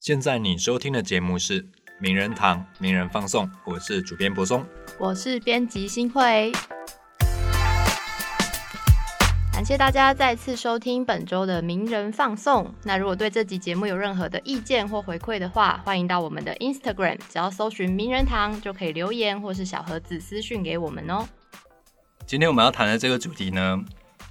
现在你收听的节目是《名人堂名人放送》，我是主编柏松。我是编辑新慧。感谢大家再次收听本周的名人放送。那如果对这集节目有任何的意见或回馈的话，欢迎到我们的 Instagram，只要搜寻“名人堂”就可以留言或是小盒子私讯给我们哦。今天我们要谈的这个主题呢，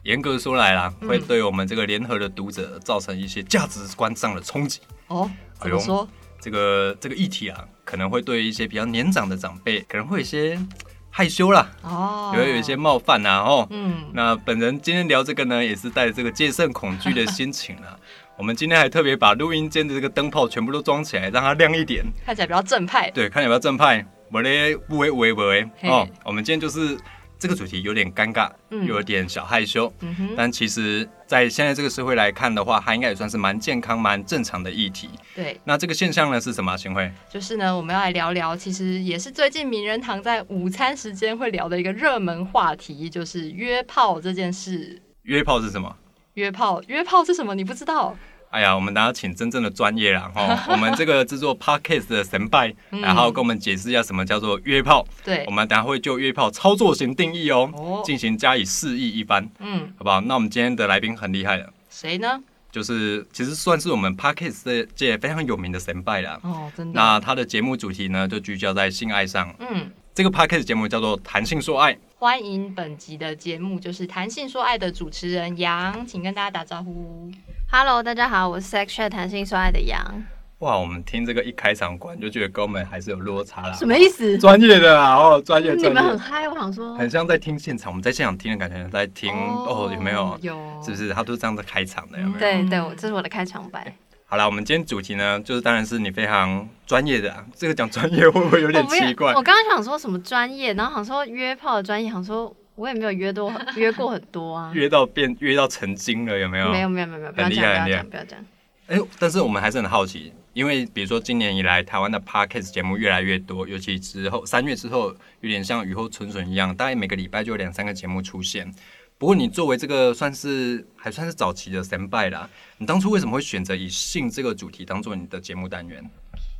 严格说来啦，嗯会对我们这个联合的读者造成一些价值观上的冲击。哦，怎么说？这个这个议题啊，可能会对一些比较年长的长辈，可能会有一些嘖害羞啦，哦也会有一些冒犯啊，哦。嗯，那本人今天聊这个呢，也是带着这个戒慎恐惧的心情啦。我们今天还特别把录音间的这个灯泡全部都装起来，让它亮一点。看起来比较正派。对，看有没有正派。我嘞，不为不为不为嘿哦。我们今天就是这个主题有点尴尬，嗯有点小害羞，嗯哼，但其实，在现在这个社会来看的话，它应该也算是蛮健康、蛮正常的议题。对，那这个现象呢是什么啊？行慧，就是呢，我们要来聊聊，其实也是最近名人堂在午餐时间会聊的一个热门话题，就是约炮这件事。约炮是什么？约炮，约炮是什么？你不知道？哎呀，我们大家请真正的专业啦， 哈，我们这个制作 podcast 的神拜，然后跟我们解释一下什么叫做约炮。嗯对我，们等下会就约炮操作型定义哦哦，进行加以示意一番，嗯，好不好？那我们今天的来宾很厉害了。谁呢？就是其实算是我们 Parkes 界非常有名的神拜啦。哦，真的。那他的节目主题呢，就聚焦在性爱上。嗯，这个 Parkes 节目叫做“谈性说爱欢迎本集的节目就是《谈性说爱》的主持人杨，请跟大家打招呼。 Hello，大家好，我是 Sex Chat 谈性说爱的杨，”。哇，我们听这个一开场，果然就觉得跟我们还是有落差啦。什么意思？专业的啊，哦，专业你专们很业，嗨，我想说，很像在听现场。我们在现场听的感觉，在听哦有没有？有，是不？是？他都是这样子开场的，有没有？嗯对对，我这是我的开场白，好啦，我们今天主题呢，就是当然是你非常专业的、啊。这个讲专业会不会有点我不奇要，怪我？刚刚想说什么专业，然后想说约炮的专业，想说我也没有约多约过很 多啊，约到变约到成精了，有没有？没有没有没有没有，不哦很要厉讲害不要很厉害讲不要讲，哎、但是我们还是很好奇，因为比如说今年以来，台湾的 podcast 节目越来越多，尤其之后三月之后，有点像雨后春笋一样，大概每个礼拜就有两三个节目出现。不过你作为这个算是还算是早期的神拜啦，你当初为什么会选择以性这个主题当做你的节目单元？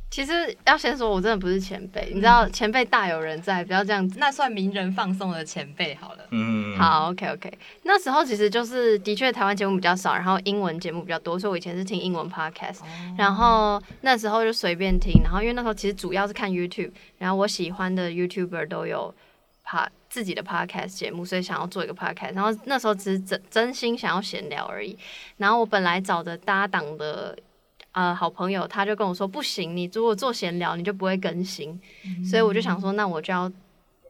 其实要先说，我真的不是前辈，你知嗯道前辈大有人在，不要这样子。那算名人放送的前辈好了。嗯，，好，OK OK，那时候其实就是的确台湾节目比较少，然后英文节目比较多，所以我以前是听英文 podcast，然哦后那时候就随便听，然后因为那时候其实主要是看 YouTube，然后我喜欢的 YouTuber 都有 pod 自己的 podcast 节目，所以想要做一个 podcast，然后那时候只是真真心想要闲聊而已，然后我本来找的搭档的。呃，好朋友他就跟我说，不行，你如果做闲聊，你就不会更新，所以我就想说，那我就要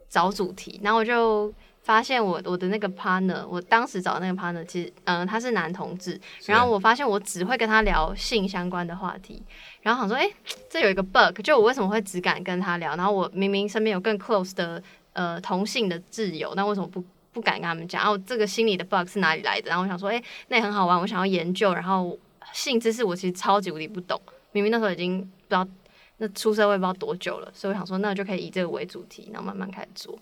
找主题，然后我就发现我我的那个 partner，我当时找的那个 partner，其实嗯、呃他是男同志，是然后我发现我只会跟他聊性相关的话题，然后想说，哎、这有一个 bug，就我为什么会只敢跟他聊？然后我明明身边有更 close 的呃同性的挚友，那为什么不不敢跟他们讲？然后这个心理的 bug 是哪里来的？然后我想说，哎、那也很好玩，我想要研究。然后性知识我其实超级无敌不懂，明明那时候已经不知道那出社会不知道多久了，所以我想说，那就可以以这个为主题，然后慢慢开始做。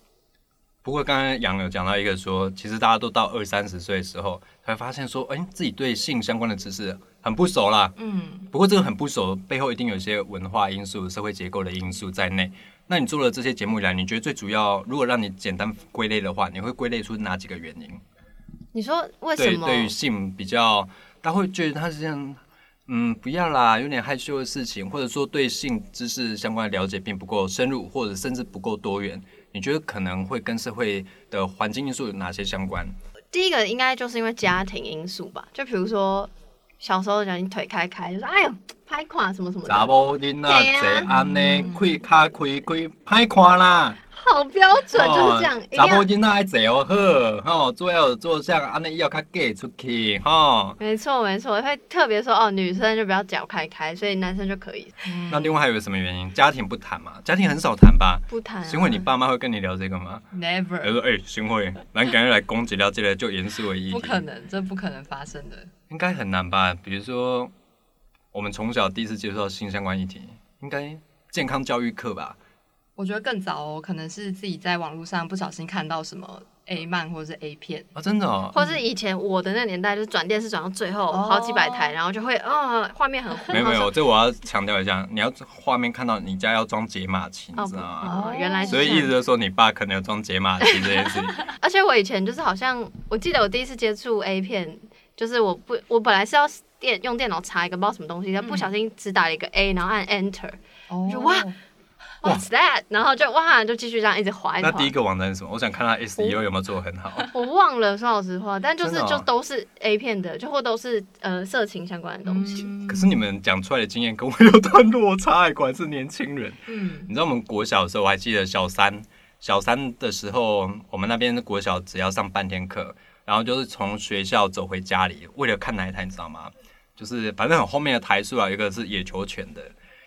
不过刚刚杨有讲到一个说，其实大家都到二三十岁的时候，才发现说，哎、自己对性相关的知识很不熟啦。嗯，不过这个很不熟，背后一定有一些文化因素、社会结构的因素在内。那你做了这些节目以来，你觉得最主要，如果让你简单归类的话，你会归类出哪几个原因？你说为什对，么？对于性比嗯较，他会觉得他是这样，嗯，不要啦，有点害羞的事情，或者说对性知识相关的了解并不够深入，或者甚至不够多元。你觉得可能会跟社会的环境因素有哪些相关？第一个应该就是因为家庭因素吧，就比如说小时候讲你腿开开，就说哎呦拍垮什么什么的，某囡啊对啊安呢，开卡开开，拍看啦。好标准，哦就是这样，一定查某要。囡仔爱坐好，吼、做要有做相，安尼以后较嫁出去，吼、没错没错，会特别说哦，女生就不要脚开开，所以男生就可以 那嗯另外还有什么原因？家庭不谈嘛？家庭很少谈吧？不谈、啊。行慧，你爸妈会跟你聊这个吗？他 Never，说：“哎、行慧，咱赶日来攻击聊这个就严肃的议题，不可，能，这不可能发生的。应该很难吧？比如说，我们从小第一次接触到性相关议题，应该健康教育课吧？我觉得更早哦，可能是自己在网络上不小心看到什么 A 漫或是 A 片，啊，真的哦，或是以前我的那个年代，就是转电视转到最后哦好几百台，然后就会哦，画面很糊。没有没然后有，这我要强调一下，你要画面看到你家要装解码器，你说，哦知不道吗？哦，原来是所以这一样直都说你爸可能有装解码器这 件事情。而且我以前就是好像，我记得我第一次接触 A 片，就是我不，我本来是要电用电脑查一个不知道什么东西，但不小心只打了一个 A，然后按 Enter。哦就哇哇 What's that？然后就哇，就继续这样一直滑，一直那滑第。一个网站是什么？我想看他 S E O 有没有做得很好。我忘了说老实话，但就是真的哦就都是 A 片的，就或都是呃色情相关的东西。可是你们讲出来的经验跟我有段落差，果然是年轻人。嗯，你知道我们国小的时候，我还记得小三，小三的时候，我们那边的国小只要上半天课，然后就是从学校走回家里，为了看哪一台，你知道吗？就是反正很后面的台数啊，有一个是野球拳的，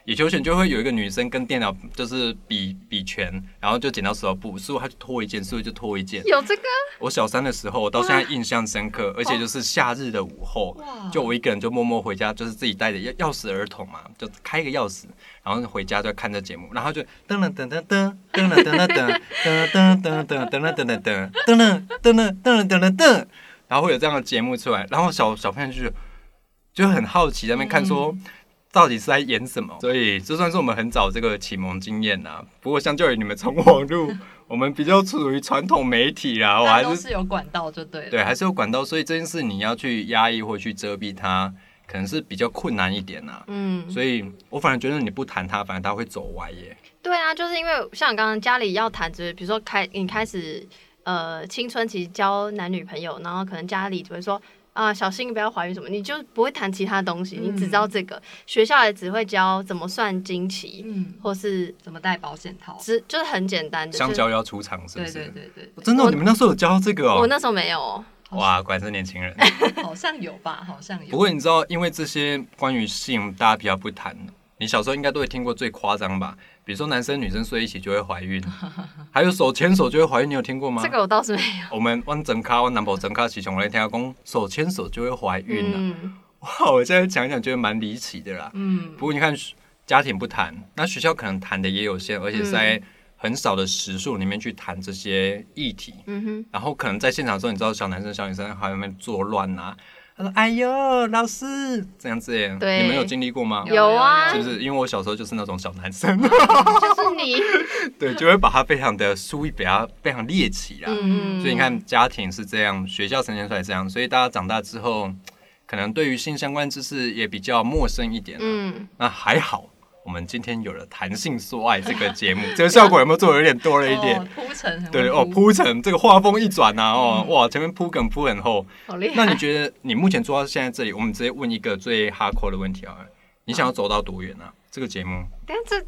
野球拳就会有一个女生跟电脑就是比比拳，然后就剪刀石头布，输了她就脱一件，输了就脱一件。有这个我小三的时候，我到现在印象深刻，而且就是夏日的午后哇，就我一个人就默默回家，就是自己带着钥钥匙儿童嘛，就开一个钥匙，然后回家就看这节目，然后就噔噔噔噔噔噔噔噔噔噔噔噔噔噔噔噔噔噔噔噔噔噔噔噔，然后会有这样的节目出来，然后小小朋友就就很好奇在那边看说。嗯到底是在演什么？所以这算是我们很早这个启蒙经验啦。不过相较于你们从网 络，我们比较处于传统媒体啦，我大家还都是是有管道就对了。对，还是有管道，所以这件事你要去压抑或去遮蔽它，可能是比较困难一点呐、嗯，所以我反而觉得你不谈它，反而它会走歪耶。对啊，就是因为像你刚刚家里要谈，就是比如说开你开始呃青春期交男女朋友，然后可能家里只会说啊、小心不要怀孕什么，你就不会谈其他东西，嗯你只知道这个。学校也只会教怎么算经期，嗯，或是怎么戴保险套？只就是很简单的。香就是蕉要出场是不对是？对对对，哦真的哦、你们那时候有教到这个我哦？那时候没有哦，哇，果然是年轻人。对好像有吧，好像有。不过你知道，因为这些关于性，大家比较不谈。你小时候应该都会听过最夸张吧？比如说男生女生睡一起就会怀孕，还有手牵手就会怀孕，你有听过吗？这个我倒是没有。我们弯整卡、弯南宝整卡起熊来听讲，手牵手就会怀孕啊！嗯，哇，我现在讲一讲觉得蛮离奇的啦。嗯，不过你看学家庭不谈，那学校可能谈的也有限，而且嗯是在很少的时数里面去谈这些议题。嗯哼，然后可能在现场的时候，你知道小男生小女生还在那边作乱啊，他说：“哎呦，老师这样子耶。”对你们有经历过吗？有有啊，是不是？因为我小时候就是那种小男生，就是你，对，就会把他非常的疏一，把他非常猎奇啦。嗯，所以你啊看，家庭是这样，学校呈现出来这样，所以大家长大之后，可能对于性相关知识也比较陌生一点、嗯，嗯，那还好，我们今天有了谈性说爱这个节目，这个效果有没有做得有点多了一点？哦铺陈很对会哦，铺陈这个画风一转呐、啊，哦、哇，前面铺梗铺很厚。好厉害。那你觉得你目前做到现在这里，我们直接问一个最 hardcore 的问题啊，你想要走到多远啊？这个节目，但这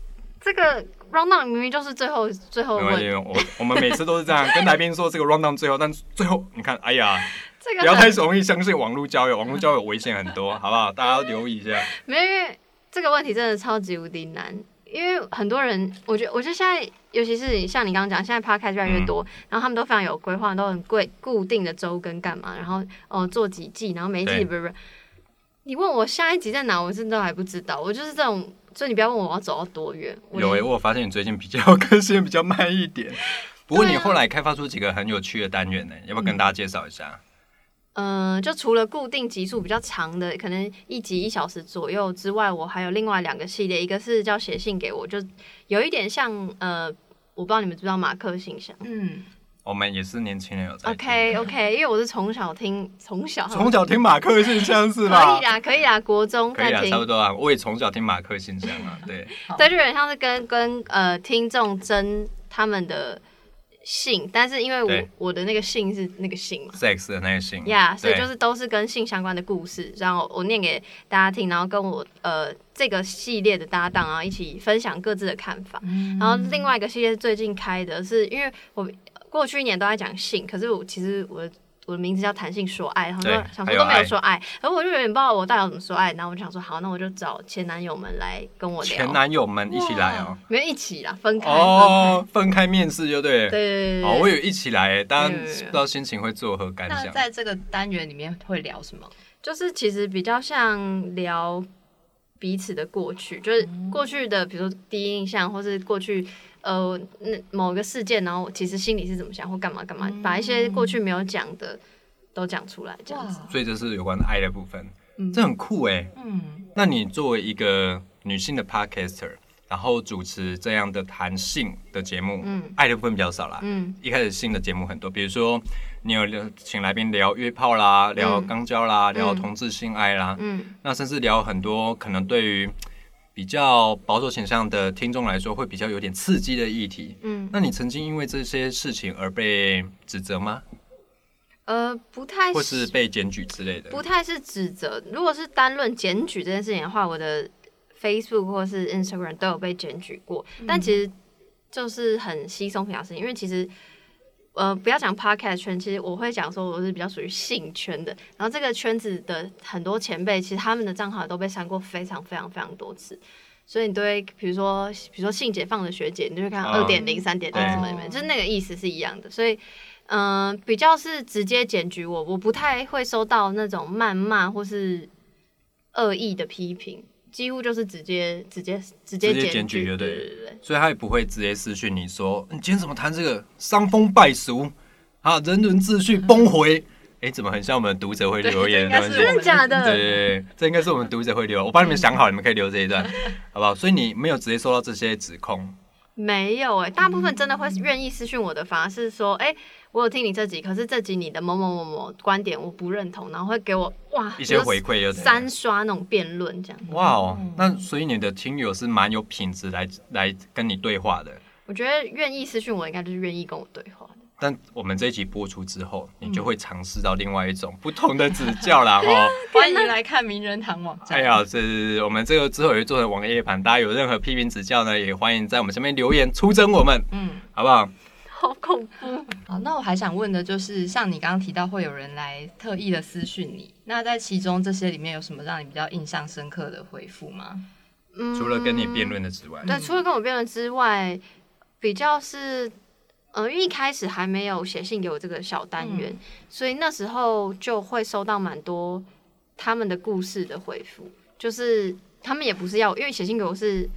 这个 round down 明明就是最后最后没关系，问，我我们每次都是这样跟来宾说这个 round down 最后，但最后你看，哎呀，这个不要很太容易相信网络交友，网络交友危险很多，好不好？大家留意一下。没有，因为这个问题真的超级无敌难，因为很多人，我觉得，我觉得现在，尤其是像你刚刚讲，现在 podcast 越来越嗯多，然后他们都非常有规划，都很贵固定的周更干嘛，然后哦、呃做几季，然后每一季对不是不是，你问我下一集在哪，我真的还不知道，我就是这种，所以你不要问我要走到多远，我有诶、欸连我有发现你最近比较更新得比较慢一点，不过你啊后来开发出几个很有趣的单元呢、要不要跟大家介绍一下？嗯，就除了固定集数比较长的，可能一集一小时左右之外，我还有另外两个系列，一个是叫写信给我，就有一点像呃，我不知道你们知不知道马克信箱。嗯，我们也是年轻人有在听 OK OK，因为我是从小听，从小从小听马克信箱是可吧以？啊啦，可以啦，国中可以在啦，听差，不多啊。我也从小听马克信箱啊，对，对，就有点像是跟跟呃听众争他们的姓，但是因为我对我的那个姓是那个姓嘛。 sex 的那个信，呀所以对就是都是跟性相关的故事，然后我念给大家听，然后跟我呃这个系列的搭档啊一起分享各自的看法。然后嗯另外一个系列是最近开的是，因为我过去一年都在讲性，可是我其实我的我的名字叫谈性说爱，然后对说想还说有都没爱有说爱，然后我就有点不知道我到底要怎么说爱，然后我就想说好，那我就找前男友们来跟我前聊，男友们一起来哦、没有一起啦，分开。哦，分开面试就对了。分开对对对哦，对我有一起来、欸，大家没有没有没有不知道心情会作何感那想？在这个单元里面会聊什么？就是其实比较像聊彼此的过去，就是过去的，比如说第一印象，或是过去呃那某个事件，然后我其实心里是怎么想，或干嘛干嘛，把一些过去没有讲的都讲出来，这样子。所以这是有关爱的部分，嗯这很酷哎。嗯，那你作为一个女性的 podcaster，然后主持这样的谈性的节目，嗯爱的部分比较少啦。嗯一开始性的节目很多，比如说你有聊请来宾聊约炮啦，聊肛交啦，聊同志性爱啦，嗯那甚至聊很多可能对于比较保守倾向的听众来说会比较有点刺激的议题。嗯，那你曾经因为这些事情而被指责吗？呃，不太或是被检举之类的？不太是指责。如果是单论检举这件事情的话，我的 Facebook 或是 Instagram 都有被检举过，但其实就是很稀松平常的事情，因为其实。呃，不要讲 podcast 圈，其实我会讲说我是比较属于性圈的。然后这个圈子的很多前辈，其实他们的账号都被删过非常非常非常多次，所以你对比如说比如说性解放的学姐，你就会看嗯二点零、三点零对什么里面，就是那个意思是一样的。所以嗯、比较是直接检举我，我不太会收到那种谩骂或是恶意的批评，几乎就是直接直接直接直接检检举对就对对对对，所以他也不会直接私讯你说你今天怎么谈这个伤风败俗啊，人伦秩序崩毁。诶，怎么很像我们读者会留言的东西？对这应该是我们假对对对，这应该是我们读者会留。我帮你们想好，你们可以留这一段，好不好？所以你没有直接收到这些指控，没有哎、大部分真的会愿意私讯我的，反而是说，哎、我有听你这集，可是这集你的某某某某观点我不认同，然后会给我哇一些回馈又怎样三刷那种辩论这样，哇哦，那所以你的听友是蛮有品质来来跟你对话的。我觉得愿意私讯我应该就是愿意跟我对话的，但我们这一集播出之后，你就会尝试到另外一种不同的指教啦，哈。欢迎来看名人堂网站。哎呀，这是我们这个之后也会做成网页版，大家有任何批评指教呢，也欢迎在我们下面留言出征我们，嗯，好不好？好恐怖。好，那我还想问的就是，像你刚刚提到会有人来特意的私讯你，那在其中这些里面有什么让你比较印象深刻的回复吗？嗯除了跟你辩论的之外，对，除了跟我辩论之外，比较是，呃，因为一开始还没有写信给我这个小单元，所以那时候就会收到蛮多他们的故事的回复，就是他们也不是要，因为写信给我是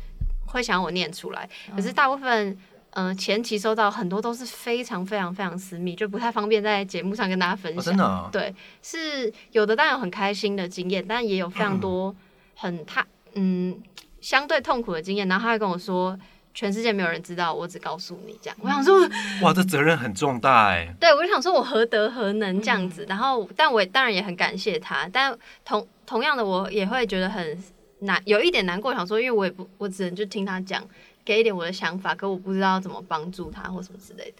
会想要我念出来，可是大部分。呃，前期收到很多都是非常非常非常私密，就不太方便在节目上跟大家分哦，享真。的哦、对，是有的，当然有很开心的经验，但也有非常多很他嗯相对痛苦的经验。然后他会跟我说，全世界没有人知道，我只告诉你这样。我嗯想说，哇，这责任很重大哎。对我就想说我何德何能这样子。然后，但我也当然也很感谢他，但同同样的，我也会觉得很难，有一点难过，想说，因为我也不，我只能就听他讲。给一点我的想法，可我不知道怎么帮助他或什么之类的。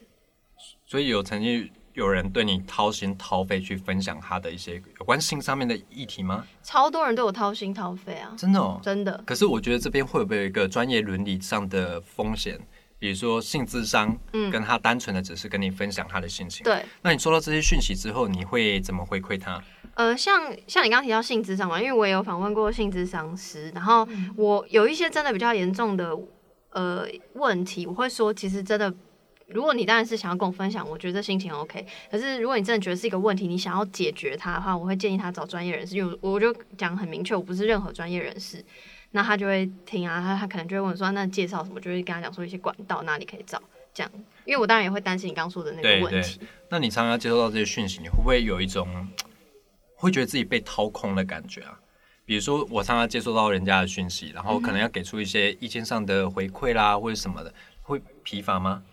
所以有曾经有人对你掏心掏肺去分享他的一些有关性上面的议题吗？超多人对我掏心掏肺啊，真的哦。真的。可是我觉得这边会不会有一个专业伦理上的风险？比如说性智商，嗯跟他单纯的只是跟你分享他的心情。，对，那你收到这些讯息之后，你会怎么回馈他？呃，像像你刚刚提到性智商嘛，因为我也有访问过性智商师，然后我有一些真的比较严重的呃问题，我会说，其实真的，如果你当然是想要跟我分享，我觉得心情 OK。可是如果你真的觉得是一个问题，你想要解决它的话，我会建议他找专业人士，因为我我就讲很明确，我不是任何专业人士。那他就会听啊，他他可能就会问说，那介绍什么？就会跟他讲说一些管道哪里可以找这样，因为我当然也会担心你刚说的那对个问对题。那你常常接收到这些讯息，你会不会有一种会觉得自己被掏空的感觉啊？比如说，我常常接收到人家的讯息，然后可能要给出一些意见上的回馈啦，或者什么的，会疲乏吗？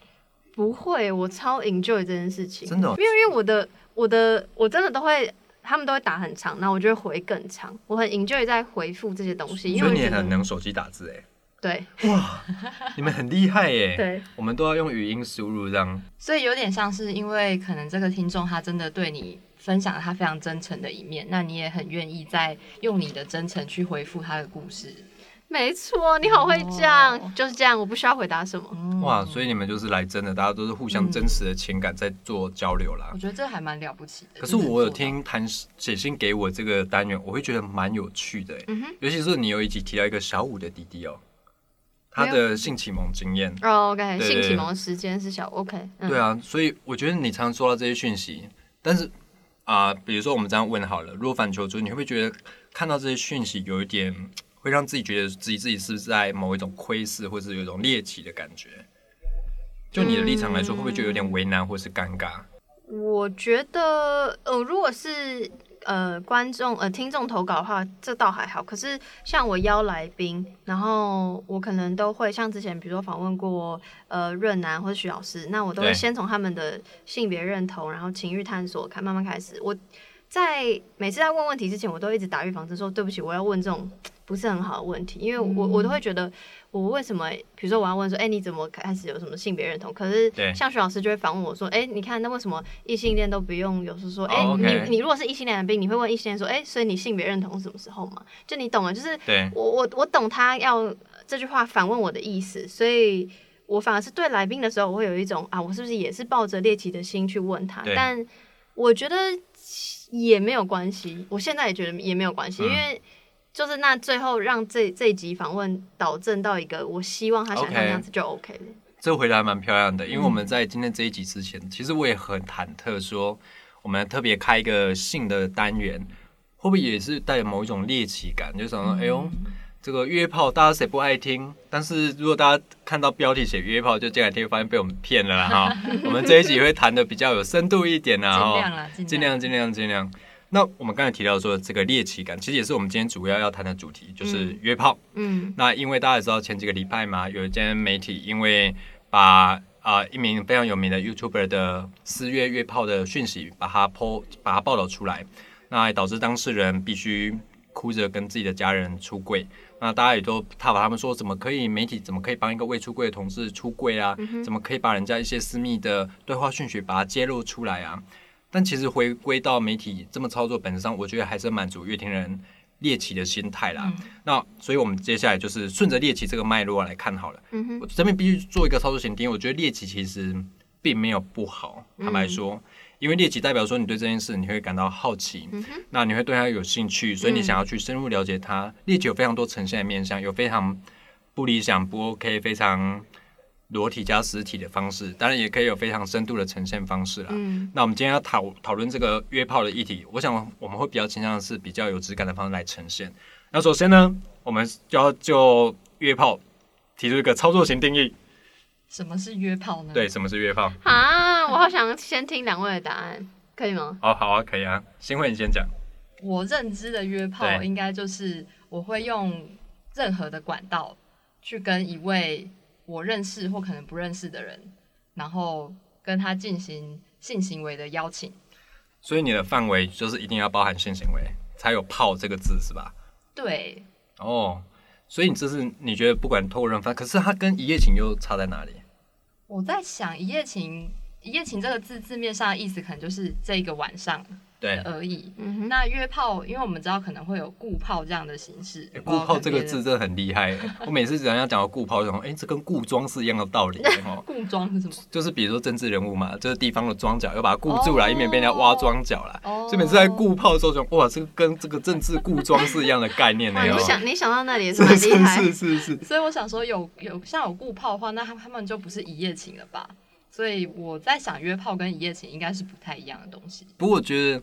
不会，我超 enjoy 这件事情，真的哦因为因为我的我的我真的都会，他们都会打很长，那我就会回更长，我很 enjoy 在回复这些东西，因所以为我你也觉很得能手机打字哎、 对哇，你们很厉害耶、对，我们都要用语音输入这样。所以有点像是因为可能这个听众他真的对你分享了他非常真诚的一面，那你也很愿意再用你的真诚去回复他的故事。没错，你好会这样，哦就是这样，我不需要回答什么，嗯哇，所以你们就是来真的，大家都是互相真实的情感在做交流啦。我觉得这还蛮了不起的。可是我有听谈写信给我这个单元，我会觉得蛮有趣的、欸，嗯哼尤其是你有一集提到一个小五的弟弟哦、他没的性启蒙经验，哦，OK，对性启蒙的时间是小 OK，嗯，对，啊，所以我觉得你常常收到这些讯息，但是啊、比如说我们这样问好了，如果反求诸，你会不会觉得看到这些讯息有一点会会让自己觉得自己自己是不是在某一种窥视，或是有一种猎奇的感觉。就你的立场来说，会不会就有点为难或是尴尬？我觉得，呃，如果是呃观众呃听众投稿的话，这倒还好。可是像我邀来宾，然后我可能都会像之前，比如说访问过呃润南或者徐老师，那我都会对先从他们的性别认同，然后情欲探索开慢慢开始。我在每次在问问题之前，我都一直打预防针，说对不起，我要问这种不是很好的问题，因为我我都会觉得我为什么，比如说我要问说，哎、你怎么开始有什么性别认同？可是对像徐老师就会反问我说，哎、你看那为什么异性恋都不用？有时候说，哎、哦，OK 你你如果是异性恋的病，你会问异性恋说，哎、所以你性别认同是什么时候吗？就你懂了，就是对，我我我懂他要这句话反问我的意思，所以我反而是对来宾的时候，我会有一种啊，我是不是也是抱着猎奇的心去问他？对但我觉得也没有关系，我现在也觉得也没有关系，嗯因为就是那最后让这这一集访问导正到一个我希望他想象的 OK 样子就 OK 了。这回答蛮漂亮的，因为我们在今天这一集之前，其实我也很忐忑，说我们特别开一个性的单元，会不会也是带有某一种猎奇感？就想说，嗯哎呦，这个约炮大家谁不爱听？但是如果大家看到标题写约炮就进来听，发现被我们骗了啦 哈。我们这一集会谈的比较有深度一点啦尽哈量。啦，尽尽量。量尽量尽量。那我们刚才提到说这个猎奇感，其实也是我们今天主要要谈的主题，就是约炮。嗯那因为大家也知道前几个礼拜嘛，有一间媒体因为把啊、一名非常有名的 YouTuber 的私约约炮的讯息，把它 po 把它报道出来，那也导致当事人必须哭着跟自己的家人出柜。那大家也都挞伐他们说，怎么可以媒体怎么可以帮一个未出柜的同志出柜啊？怎么可以把人家一些私密的对话讯息把它揭露出来啊？但其实回归到媒体这么操作本质上，我觉得还是满足乐听人猎奇的心态啦。那所以我们接下来就是顺着猎奇这个脉络来看好了。嗯哼我这边必须做一个操作前提，我觉得猎奇其实并没有不好，嗯坦白说，因为猎奇代表说你对这件事你会感到好奇，嗯那你会对它有兴趣，所以你想要去深入了解嗯它。猎奇有非常多呈现的面向，有非常不理想、不 OK、非常裸体加实体的方式，当然也可以有非常深度的呈现方式啦。嗯那我们今天要讨讨论这个约炮的议题，我想我们会比较倾向的是比较有质感的方式来呈现。那首先呢，我们就要就约炮提出一个操作型定义，什么是约炮呢？对，，什么是约炮？啊，我好想先听两位的答案，可以吗？哦，好啊，可以啊，新慧你先讲，我认知的约炮对应该就是我会用任何的管道去跟一位我认识或可能不认识的人，然后跟他进行性行为的邀请。所以你的范围就是一定要包含性行为，才有炮这个字是吧？对，哦，所以你这是你觉得不管透过人贩，可是它跟一夜情又差在哪里？我在想一夜情，一夜情这个字字面上的意思可能就是这一个晚上对，而已。嗯哼，那约炮，因为我们知道可能会有固炮这样的形式。欸不知道顾炮这个可能字真的很厉害欸，我每次人家讲到顾炮，我想说，哎、这跟顾庄是一样的道理哦。别人，固装是什么？就是比如说政治人物嘛，就是地方的庄脚，要把它固住啦，哦以免被人家挖庄脚啦。哦所以每次在固炮的时候就，哇，这个跟这个政治固庄是一样的概念呢、哇，欸。你想你想到那里也是是蛮是是厉害，是是，所以我想说有，有像有固炮的话，那他他们就不是一夜情了吧？所以我在想，约炮跟一夜情应该是不太一样的东西。不过我觉得，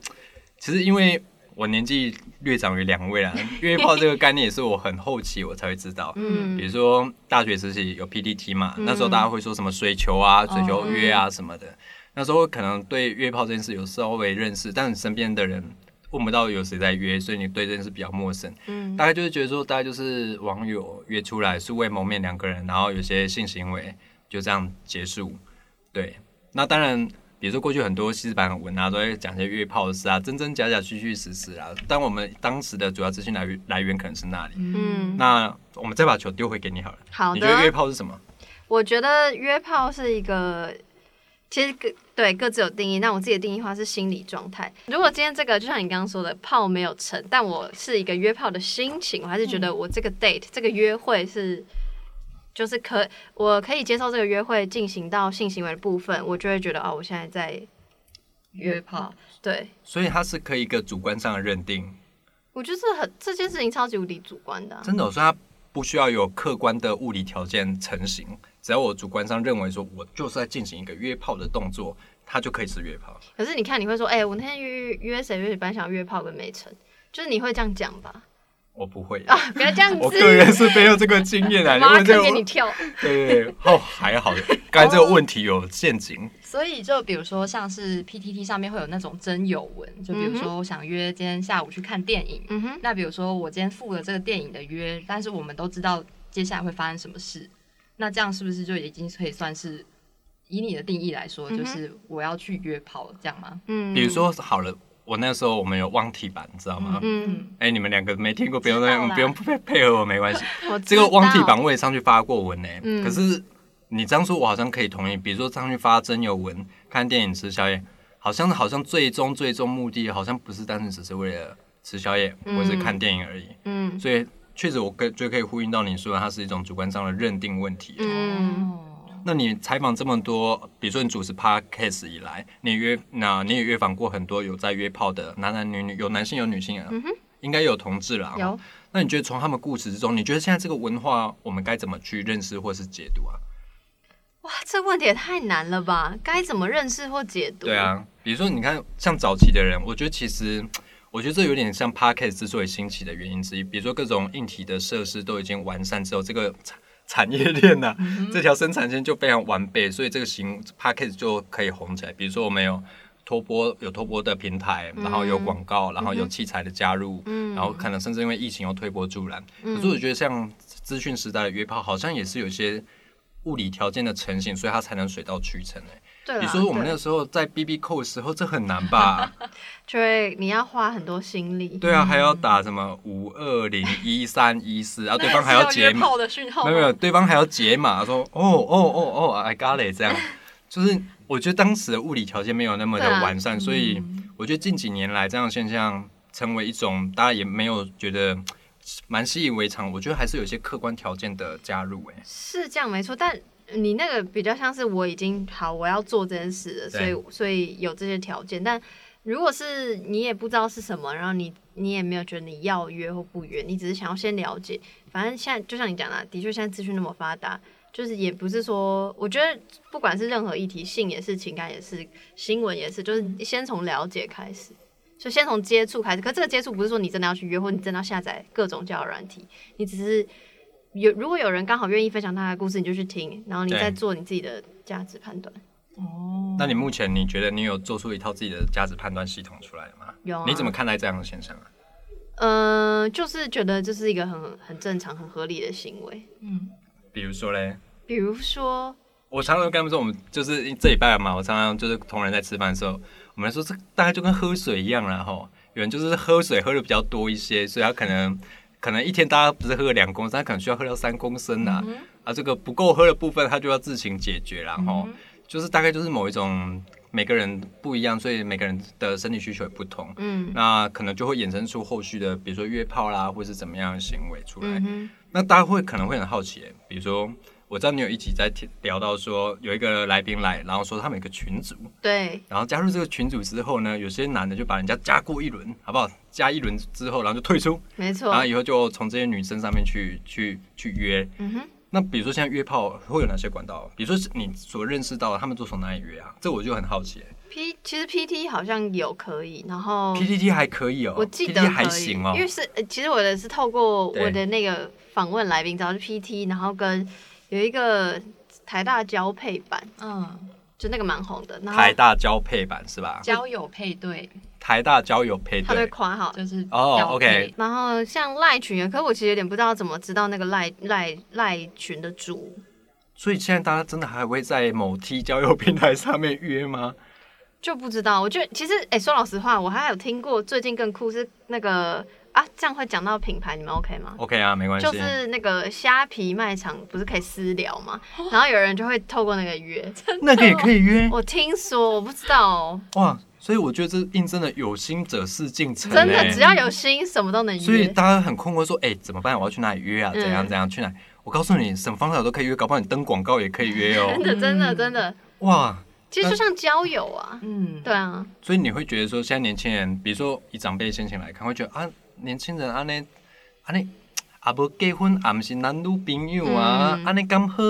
其实因为我年纪略长于两位啦，约炮这个概念也是我很后期我才会知 道。嗯比如说大学时期有 PDT 嘛，那时候大家会说什么水球啊、水球约哦啊什么的。那时候可能对约炮这件事有稍微认识，但你身边的人问不到有谁在约，所以你对这件事比较陌生。嗯大概就是觉得说，大概就是网友约出来素未谋面两个人，然后有些性行为就这样结束。对，那当然，比如说过去很多西式版的文啊，都会讲一些约炮的事啊，真真假假、虚虚实实啊。但我们当时的主要资讯来源来源可能是那里。嗯，那我们再把球丢回给你好了。好你的觉。得约炮是什么？我觉得约炮是一个，其实各对各自有定义。那我自己的定义的话是心理状态。如果今天这个就像你刚刚说的，炮没有成，但我是一个约炮的心情，我还是觉嗯得我这个 date、这个约会是。就是可我可以接受这个约会进行到性行为的部分，我就会觉得哦，我现在在约炮，对所以它是可以一个主观上的认定，我就是很这件事情超级无敌主观的啊、真的、哦，所以它不需要有客观的物理条件成型，只要我主观上认为说我就是在进行一个约炮的动作，它就可以是约炮。可是你看，你会说，哎、我那天约约谁约谁，本来想要约炮，可没成，就是你会这样讲吧？我不会，啊，不要这样子，我个人是没有这个经验 啊。你妈问这个坑给你问，跳，对对对，哦，还好，刚才这个问题有陷阱，哦所以就比如说像是 PTT 上面会有那种真友文，就比如嗯说我想约今天下午去看电影，嗯哼，那比如说我今天赴了这个电影的约，但是我们都知道接下来会发生什么事，那这样是不是就已经可以算是以你的定义来说，嗯哼就是我要去约炮这样吗？嗯，比如，说好了，我那时候我们有忘体版，你知道吗？嗯，哎、你们两个没听过，不用知道啦不用配配合我没关系。我这个汪知体道版我也上去发过文呢、嗯可是你这样说，我好像可以同意。比如说上去发真有文、看电影、吃宵夜，好像好像最终最终目的好像不是单纯只是为了吃宵夜嗯或者是看电影而已。嗯所以确实，我跟就可以呼应到你说的，它是一种主观上的认定问题。嗯哦，那你采访这么多，比如说你主持 podcast 以来，你约那你也约访过很多有在约炮的男男女女，有男性有女性啊，应该有同志啦。哦有。那你觉得从他们故事之中，你觉得现在这个文化我们该怎么去认识或是解读啊？哇，这问题也太难了吧？该怎么认识或解读？对，啊，比如说你看像早期的人，我觉得其实。我觉得这有点像 podcast 之所以兴起的原因之一，比如说各种硬体的设施都已经完善之后，这个产产业链呐、嗯这条生产线就非常完备，所以这个行 podcast 就可以红起来。比如说我们有托播有托播的平台，然后有广告，然后有器材的加入，嗯然后可能甚至因为疫情又推波助澜。嗯可是我觉得像资讯时代的约炮，好像也是有一些物理条件的成型，所以它才能水到渠成、欸。对啦啊你说我们对那时候在 B B 扣的时候，这很难吧？就会你要花很多心力。对啊，还要打什么五二零一三一四，啊，对方还那要也是解约码，炮的讯号没吗，有没有，对方还要解码，说哦哦哦哦，I got it，这样，就是我觉得当时的物理条件没有那么的对啊完善，所以我觉得近几年来这样的现象成为一种大家也没有觉得蛮习以为常，我觉得还是有一些客观条件的加入、欸，是这样没错，但你那个比较像是我已经好，我要做这件事了，所对以所以有这些条件。但如果是你也不知道是什么，然后你你也没有觉得你要约或不约，你只是想要先了解。反正现在就像你讲的，的确现在资讯那么发达，就是也不是说，我觉得不管是任何议题，性也是，情感也是，新闻也是，嗯就是先从了解开始。就先从接触开始，可这个接触不是说你真的要去约，或你真的要下载各种交友软体，你只是有如果有人刚好愿意分享他的故事，你就去听，然后你对再做你自己的价值判断。哦，那你目前你觉得你有做出一套自己的价值判断系统出来了吗？有啊你怎么看待这样的现象啊？嗯、就是觉得这是一个很很正常、很合理的行为。嗯，比如说嘞，比如说，我常常跟他们说，我们就是这礼拜嘛，我常常就是同仁在吃饭的时候，我们说这大概就跟喝水一样啦吼，有人就是喝水喝的比较多一些，所以他可能可能一天大家不是喝了两公升，他可能需要喝到三公升呐、啊，这个不够喝的部分他就要自行解决啦吼，就是大概就是某一种每个人不一样，所以每个人的身体需求也不同，嗯那可能就会衍生出后续的，比如说约炮啦，或是怎么样的行为出来。嗯哼，那大家会可能会很好奇耶，比如说，我知道你有一集在提聊到说有一个来宾来，然后说他们有个群组，对，然后加入这个群组之后呢，有些男的就把人家加过一轮，好不好？加一轮之后，然后就退出，没错然。后以后就从这些女生上面去去去约。嗯哼，那比如说现在约炮会有哪些管道？比如说是你所认识到的，他们都从哪里约啊？这我就很好奇耶。 P 其实 PT 好像有可以，然后 PPT 还可以哦，嗯我记得 PTT 可以还行哦因，为是呃其实我的是透过对我的那个访问来宾，找是 PT，然后跟有一个台大交配版，嗯，就那个蛮红的，然后台大交配版是吧？交友配对台大交友配他被对，夸好。就是哦交配 OK 然后像赖群也，可我其实有点不知道怎么知道那个赖赖赖群的主，所以现在大家真的还会在某 T 交友平台上面约吗？就不知道。我觉得其实，哎、说老实话，我还有听过最近更酷是那个啊，这样会讲到品牌，你们 OK 吗？ OK 啊，没关系。就是那个虾皮卖场不是可以私聊吗？哦然后有人就会透过那个约，那个也可以约 我听说，我不知道哦，哇，所以我觉得这印证了有心者事竟成、欸，真的只要有心，什么都能所以约。大家很困惑说，哎、怎么办？我要去哪里约啊？嗯怎样怎样去哪里？我告诉你，什么方法都可以约，搞不好你登广告也可以约哦真。的，真的，真的，哇，其实就像交友啊，嗯，对啊，所以你会觉得说，现在年轻人，比如说以长辈的心情来看，会觉得啊，年轻人啊那啊那啊不结婚啊不是男女朋友啊嗯啊那刚好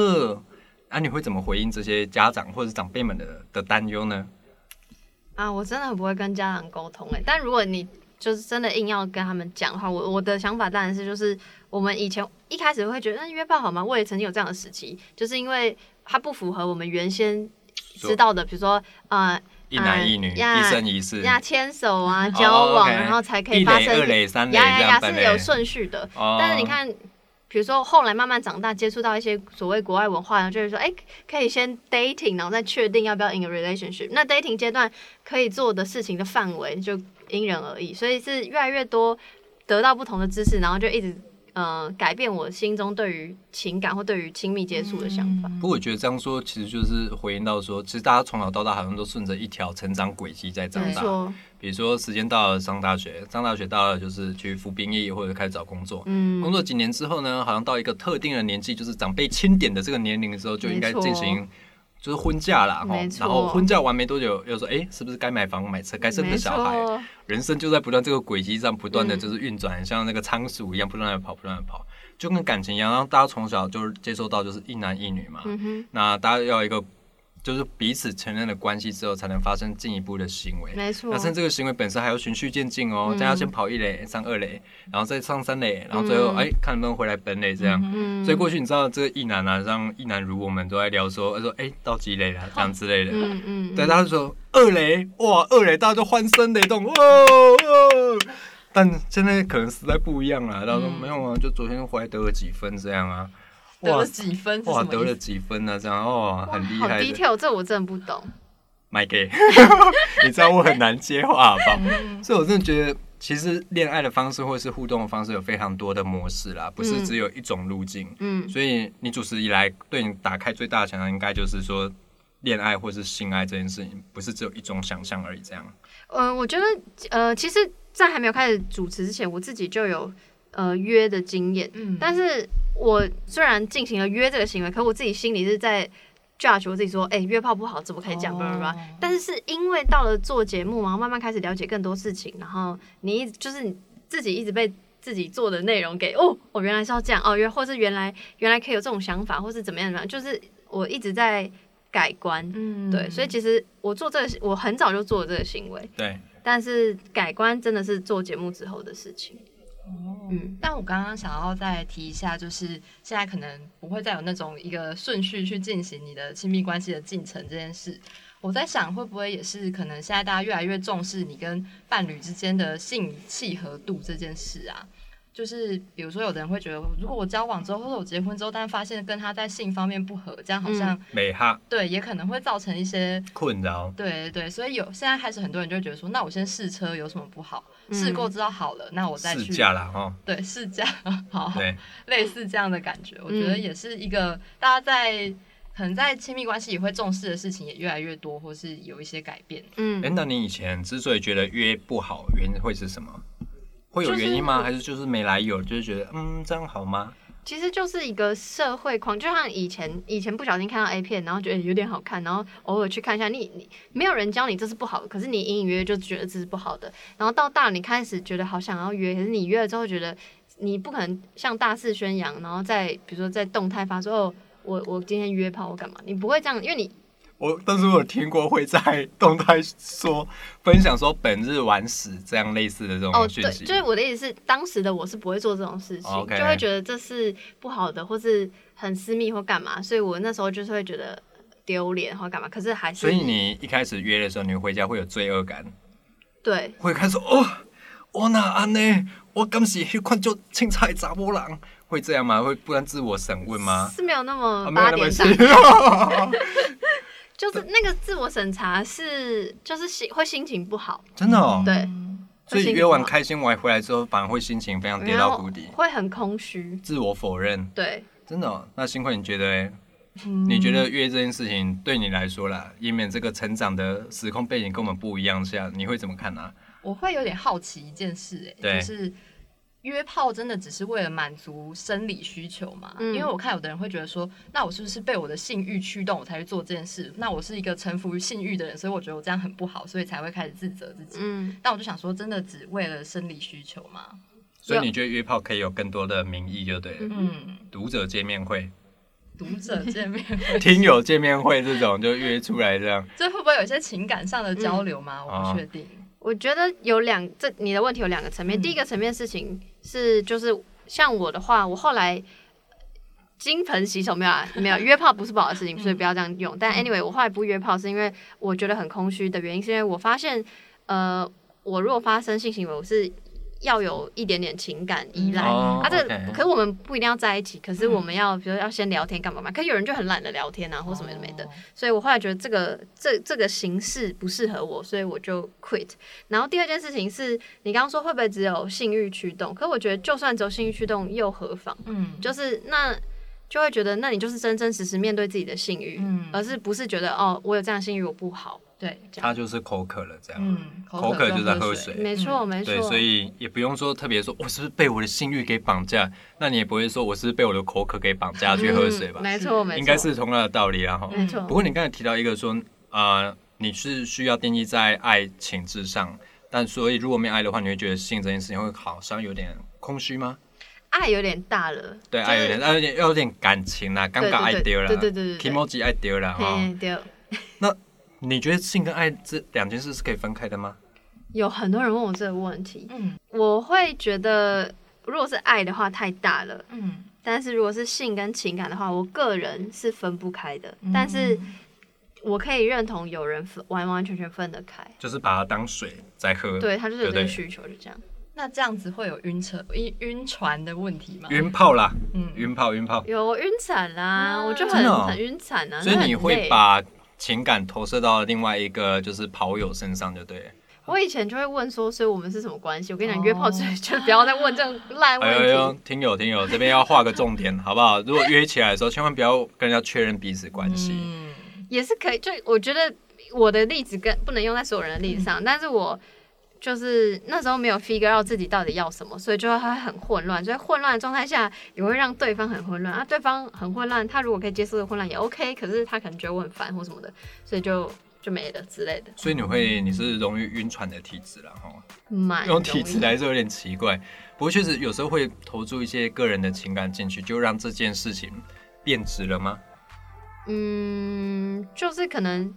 啊，你会怎么回应这些家长或者是长辈们的的担忧呢？啊，我真的很不会跟家长沟通哎、但如果你就是真的硬要跟他们讲的话，我我的想法当然是就是我们以前一开始会觉得嗯那约炮好吗？我也曾经有这样的时期，就是因为它不符合我们原先知道的，比如说呃一男一女，嗯呀一生一世，呀牵手啊交往，哦 OK 然后才可以一发垒、生二垒、三垒这呀呀样呀分是类。有顺序的。哦但是你，看，比如说后来慢慢长大，接触到一些所谓国外文化，然后就是说，哎、可以先 dating，然后再确定要不要 in a relationship。那 dating 阶段可以做的事情的范围就因人而异，所以是越来越多得到不同的知识，然后就一直呃改变我心中对于情感或对于亲密接触的想法。不过我觉得这样说其实就是回应到说，其实大家从小到大好像都顺着一条成长轨迹在长没大。错，比如说时间到了上大学，上大学到了就是去服兵役或者开始找工作。嗯，工作几年之后呢，好像到一个特定的年纪，就是长辈钦点的这个年龄之后，就应该没错进行就是婚嫁啦。吼没错然后婚嫁完没多久，又说哎，是不是该买房买车，该生个没小孩？啊错，人生就在不断这个轨迹上不断的嗯就是运转，像那个仓鼠一样不断的跑，不断的跑，就跟感情一样，让大家从小就是接受到就是一男一女嘛。嗯哼，那大家要有一个就是彼此承认的关系之后，才能发生进一步的行为。没错啊那，趁这个行为本身还要循序渐进哦，嗯大家先跑一垒，上二垒，然后再上三垒，然后最后嗯哎、看能不能回来本垒这样。嗯，所以过去你知道这个一男啊，让一男如我们都在聊说，说哎、到几垒了这样之类的。嗯嗯，对，大家就说二雷，哇，二雷，大家就欢声雷动，哇哦！但现在可能时代不一样了，大家说嗯没有啊，就昨天回来得了几分这样啊，得哇了几分是哇，什么得意了思？几分啊，这样哦，很厉好害 detail，的，这我真的不懂。卖给，你知道我很难接话吧？所以我真的觉得，其实恋爱的方式或是互动的方式有非常多的模式啦，不是嗯只有一种路径。嗯，所以你主持以来，对你打开最大的想象，应该就是说，恋爱或是性爱这件事情，不是只有一种想象而已，这样。呃，我觉得呃，其实，在还没有开始主持之前，我自己就有呃约的经验，嗯但是我虽然进行了约这个行为，可我自己心里是在 judge 我自己说，哎、约炮不好，怎么可以讲哦吧吧吧？但是是因为到了做节目，然后慢慢开始了解更多事情，然后你一直就是你自己一直被。自己做的内容给哦，我、原来是要这样哦，原或是原来原来可以有这种想法，或是怎么样怎么样，就是我一直在改观，嗯对，所以其实我做这个，我很早就做了这个行为，对，但是改观真的是做节目之后的事情。嗯，但我刚刚想要再提一下，就是现在可能不会再有那种一个顺序去进行你的亲密关系的进程这件事。我在想，会不会也是可能现在大家越来越重视你跟伴侣之间的性契合度这件事啊？就是比如说，有的人会觉得，如果我交往之后，或者我结婚之后，但发现跟他在性方面不合，这样好像、美哈对，也可能会造成一些困扰。对对对，所以有现在开始很多人就会觉得说，那我先试车有什么不好？试过知道好了，那我再试去驾啦，哈，对试驾，好，对，类似这样的感觉，我觉得嗯也是一个大家在可能在亲密关系也会重视的事情也越来越多，或是有一些改变。嗯哎，，那你以前之所以觉得约不好，原因会是什么？会有原因吗？还是就是没来由，就是觉得嗯这样好吗？其实就是一个社会框，就像以前以前不小心看到 A 片，然后觉得有点好看，然后偶尔去看一下，你你没有人教你这是不好的，可是你隐隐约约就觉得这是不好的，然后到大了你开始觉得好想要约，可是你约了之后觉得你不可能向大肆宣扬，然后再比如说在动态发说哦，我我今天约炮我干嘛？你不会这样，因为你我但是我有听过会在动态说分享说本日晚死这样类似的这哦，种讯对，息，哦就是我的意思是，当时的我是不会做这种事情 OK 就会觉得这是不好的，或是很私密或干嘛，所以我那时候就是会觉得丢脸或干嘛。可是还是，所以你一开始约的时候，你回家会有罪恶感，对会开始哦，我哪安呢？我刚是迄款就青菜杂波郎，会这样吗？会不然自我审问吗？是没有那么啊，没有那嗯八么点细档，。 就对是那个自我审查是就是心会心情不好， 真的哦，对，嗯所以会心情约完不好开心完回来之后，反而会心情非常哦跌然到后谷底，会很空虚，自我否认，对，真的哦、那幸会你觉得、欸，嗯你觉得约这件事情对你来说啦，以免这个成长的时空背景跟我们不一样下，你会怎么看啊呢、我会有点好奇一件事、对哎，就是约炮真的只是为了满足生理需求吗？嗯因为我看有的人会觉得说，那我是不是被我的性欲驱动，我才去做这件事？那我是一个臣服于性欲的人，所以我觉得我这样很不好，所以才会开始自责自己。嗯，但我就想说，真的只为了生理需求吗？啊所以你觉得约炮可以有更多的名义，就对了，嗯，读者见面会、 读者见面会听友见面会这种就约出来这样， 嗯啊这会不会有一些情感上的交流吗？我不确定。我觉得有两，这你的问题有两个层嗯面。第一个层面事情是，就是像我的话，我后来金盆洗手没有啊，没有约炮不是不好的事 情，所以嗯不要这样用。但 anyway，我后来不约炮是因为我觉得很空虚的原因，是因为我发现，呃，我如果发生性行为，我是要有一点点情感依赖。哦啊，这个 OK 嗯可是我们不一定要在一起，可是我们要，比如要先聊天干嘛嘛？可是有人就很懒得聊天啊，或什么也没的。所以我后来觉得这个这这个形式不适合我，所以我就 quit。然后第二件事情是你刚刚说会不会只有性欲驱动？可我觉得就算只有性欲驱动又何妨？嗯，就是那就会觉得那你就是真真实实面对自己的性欲，嗯而是不是觉得哦我有这样的性欲我不好？对，他就是口渴了这样。嗯，口渴就在喝水对没错没嗯对，错所，以也不用说特别说我是不是被我的性欲给绑 架，那你也不会说我是不是被我的口渴给绑架去喝水吧嗯？没错没错，嗯应该是同样的道理啦哈。没错。不过你刚才提到一个说，呃，你是需要定义在爱情之上，但所以如果没有爱的话，你会觉得性这件事情会好像有点空虚吗？爱有点大了，对，就是爱有点，爱有点，要有点感情啦，尴对尬爱丢了，对对对对对对 emoji 爱丢了哦哈。嘿对。你觉得性跟爱这两件事是可以分开的吗？有很多人问我这个问题，嗯我会觉得如果是爱的话太大了，嗯，但是如果是性跟情感的话，我个人是分不开的。嗯但是我可以认同有人分完完全全分得开，就是把它当水在喝，对他就是有这对不对个需求，就这样。那这样子会有晕车、晕晕船的问题吗？晕泡啦，嗯晕泡晕泡。有我晕船啦，我就真很、的哦很晕船啊。所以那很你会累把情感投射到另外一个就是跑友身上，就对了。我以前就会问说，所以我们是什么关系？我跟你讲，哦约炮最就不要再问这种烂哎呦问题。哎呦，听友听友，这边要画个重点，好不好？如果约起来的时候，千万不要跟人家确认彼此关系。嗯也是可以，就我觉得我的例子跟不能用在所有人的例嗯子上，但是我就是那时候没有 figure out 自己到底要什么，所以就会很混乱，所以混乱的状态下也会让对方很混乱啊，对方很混乱，他如果可以接受的混乱也 OK，可是他可能觉得我很烦或什么的，所以就就没了之类的，所以你会，你是容易晕船的体质啦，哈。蛮用体质容易来说有点奇怪，不过确实有时候会投注一些个人的情感进去，就让这件事情变质了吗？嗯，就是可能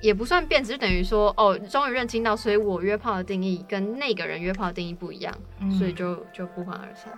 也不算变质，就等于说哦，终于认清到，所以我约炮的定义跟那个人约炮的定义不一样，嗯所以就就不欢而散。